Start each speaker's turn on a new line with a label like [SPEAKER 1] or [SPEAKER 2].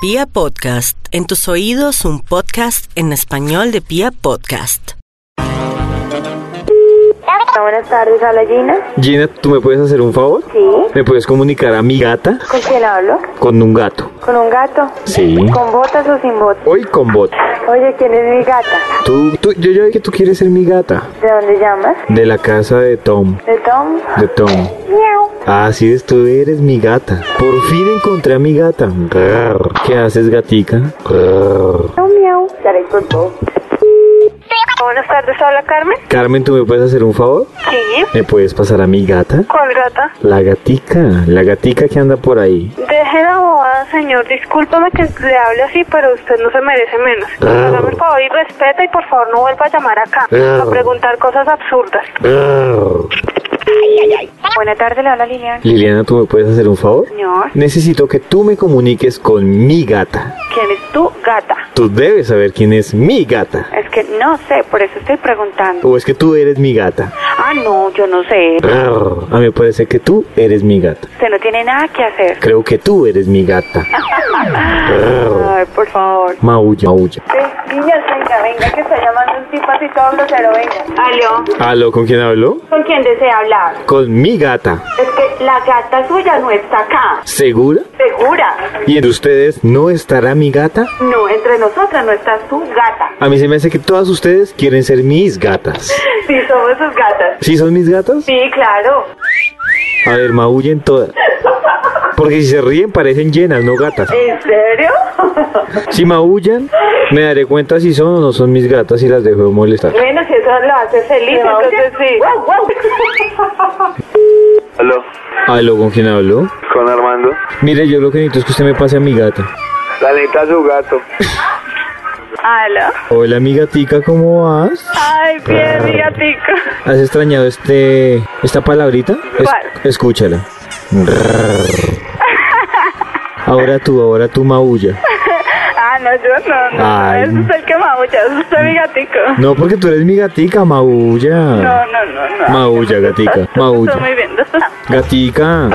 [SPEAKER 1] Pia Podcast, en tus oídos un podcast en español de Pia Podcast.
[SPEAKER 2] Buenas tardes, habla Gina.
[SPEAKER 3] Gina, ¿tú me puedes hacer un favor?
[SPEAKER 2] Sí.
[SPEAKER 3] ¿Me puedes comunicar a mi gata
[SPEAKER 2] ¿Con quién hablo?
[SPEAKER 3] con un gato?
[SPEAKER 2] ¿Con un gato?
[SPEAKER 3] Sí.
[SPEAKER 2] ¿Con botas o sin botas?
[SPEAKER 3] Hoy con bot.
[SPEAKER 2] Oye, ¿quién es mi gata?
[SPEAKER 3] Tú, tú, yo ya vi que tú quieres ser mi gata.
[SPEAKER 2] ¿De dónde llamas?
[SPEAKER 3] De la casa de Tom.
[SPEAKER 2] ¿De Tom?
[SPEAKER 3] De Tom.
[SPEAKER 2] Miau.
[SPEAKER 3] Así es, tú eres mi gata. Por fin encontré a mi gata. Rar. ¿Qué haces, gatica? Rar.
[SPEAKER 2] Miau, miau. Estaré con vos. Buenas tardes, habla Carmen.
[SPEAKER 3] Carmen, ¿tú me puedes hacer un favor?
[SPEAKER 2] Sí.
[SPEAKER 3] ¿Me puedes pasar a mi gata?
[SPEAKER 2] ¿Cuál gata?
[SPEAKER 3] La gatica, la gatica que anda por ahí.
[SPEAKER 2] Deje la bobada, señor. Discúlpame que le hable así, pero usted no se merece menos. Hágame el favor y respeta y por favor no vuelva a llamar acá
[SPEAKER 3] Ah.
[SPEAKER 2] a preguntar cosas absurdas.
[SPEAKER 3] Rar.
[SPEAKER 2] Buenas tardes, le habla Lilian.
[SPEAKER 3] Liliana, ¿tú me puedes hacer un favor?
[SPEAKER 2] Señor,
[SPEAKER 3] Necesito que tú me comuniques con mi gata.
[SPEAKER 2] ¿quién es tu gata?
[SPEAKER 3] Tú debes saber quién es mi gata.
[SPEAKER 2] Es que no sé, por eso estoy preguntando.
[SPEAKER 3] O es que tú eres mi gata.
[SPEAKER 2] Ah, no, yo no sé.
[SPEAKER 3] Arr, A mí me parece que tú eres mi gata.
[SPEAKER 2] Usted no tiene nada que hacer.
[SPEAKER 3] Creo que tú eres mi gata. Arr,
[SPEAKER 2] Ay, por favor.
[SPEAKER 3] Maulla, maulla.
[SPEAKER 2] niñas, venga, venga, que está llamando un tipo así todo grosero, venga. Aló,
[SPEAKER 3] ¿Aló? ¿Con quién habló?
[SPEAKER 2] ¿con quién desea hablar?
[SPEAKER 3] Con mi gata.
[SPEAKER 2] Es que la gata suya no está acá.
[SPEAKER 3] ¿Segura?
[SPEAKER 2] ¿Segura?
[SPEAKER 3] ¿Y entre ustedes no estará mi gata?
[SPEAKER 2] No, entre nosotras no está su gata.
[SPEAKER 3] A mí se me hace que todas ustedes quieren ser mis gatas.
[SPEAKER 2] Sí, somos sus gatas.
[SPEAKER 3] ¿Sí son mis gatas?
[SPEAKER 2] Sí, claro.
[SPEAKER 3] A ver, maullen todas. Porque si se ríen parecen llenas, no gatas.
[SPEAKER 2] ¿En serio?
[SPEAKER 3] Si maullan, me daré cuenta si son o no son mis gatas y las dejo de molestar.
[SPEAKER 2] bueno, si eso lo hace feliz, entonces sí.
[SPEAKER 4] Aló,
[SPEAKER 3] ¿Aló? ¿Con quién habló?
[SPEAKER 4] con Armando.
[SPEAKER 3] Mire, yo lo que necesito es que usted me pase a mi gata.
[SPEAKER 4] La neta su gato.
[SPEAKER 2] Aló.
[SPEAKER 3] Hola, mi gatica, ¿cómo vas?
[SPEAKER 2] Ay, bien, mi gatico.
[SPEAKER 3] ¿Has extrañado este esta palabrita? Es-
[SPEAKER 2] ¿Cuál?
[SPEAKER 3] escúchala. Ahora tú, ahora tú maulla.
[SPEAKER 2] Ah, no, yo no, no.
[SPEAKER 3] Ay.
[SPEAKER 2] Eso es el que maulla, eso es usted, mi gatico.
[SPEAKER 3] No, porque tú eres mi gatica, maulla.
[SPEAKER 2] No, no, no, no.
[SPEAKER 3] Maulla, gatica,
[SPEAKER 2] Está
[SPEAKER 3] maulla.
[SPEAKER 2] muy bien, esto está-
[SPEAKER 3] Gatica.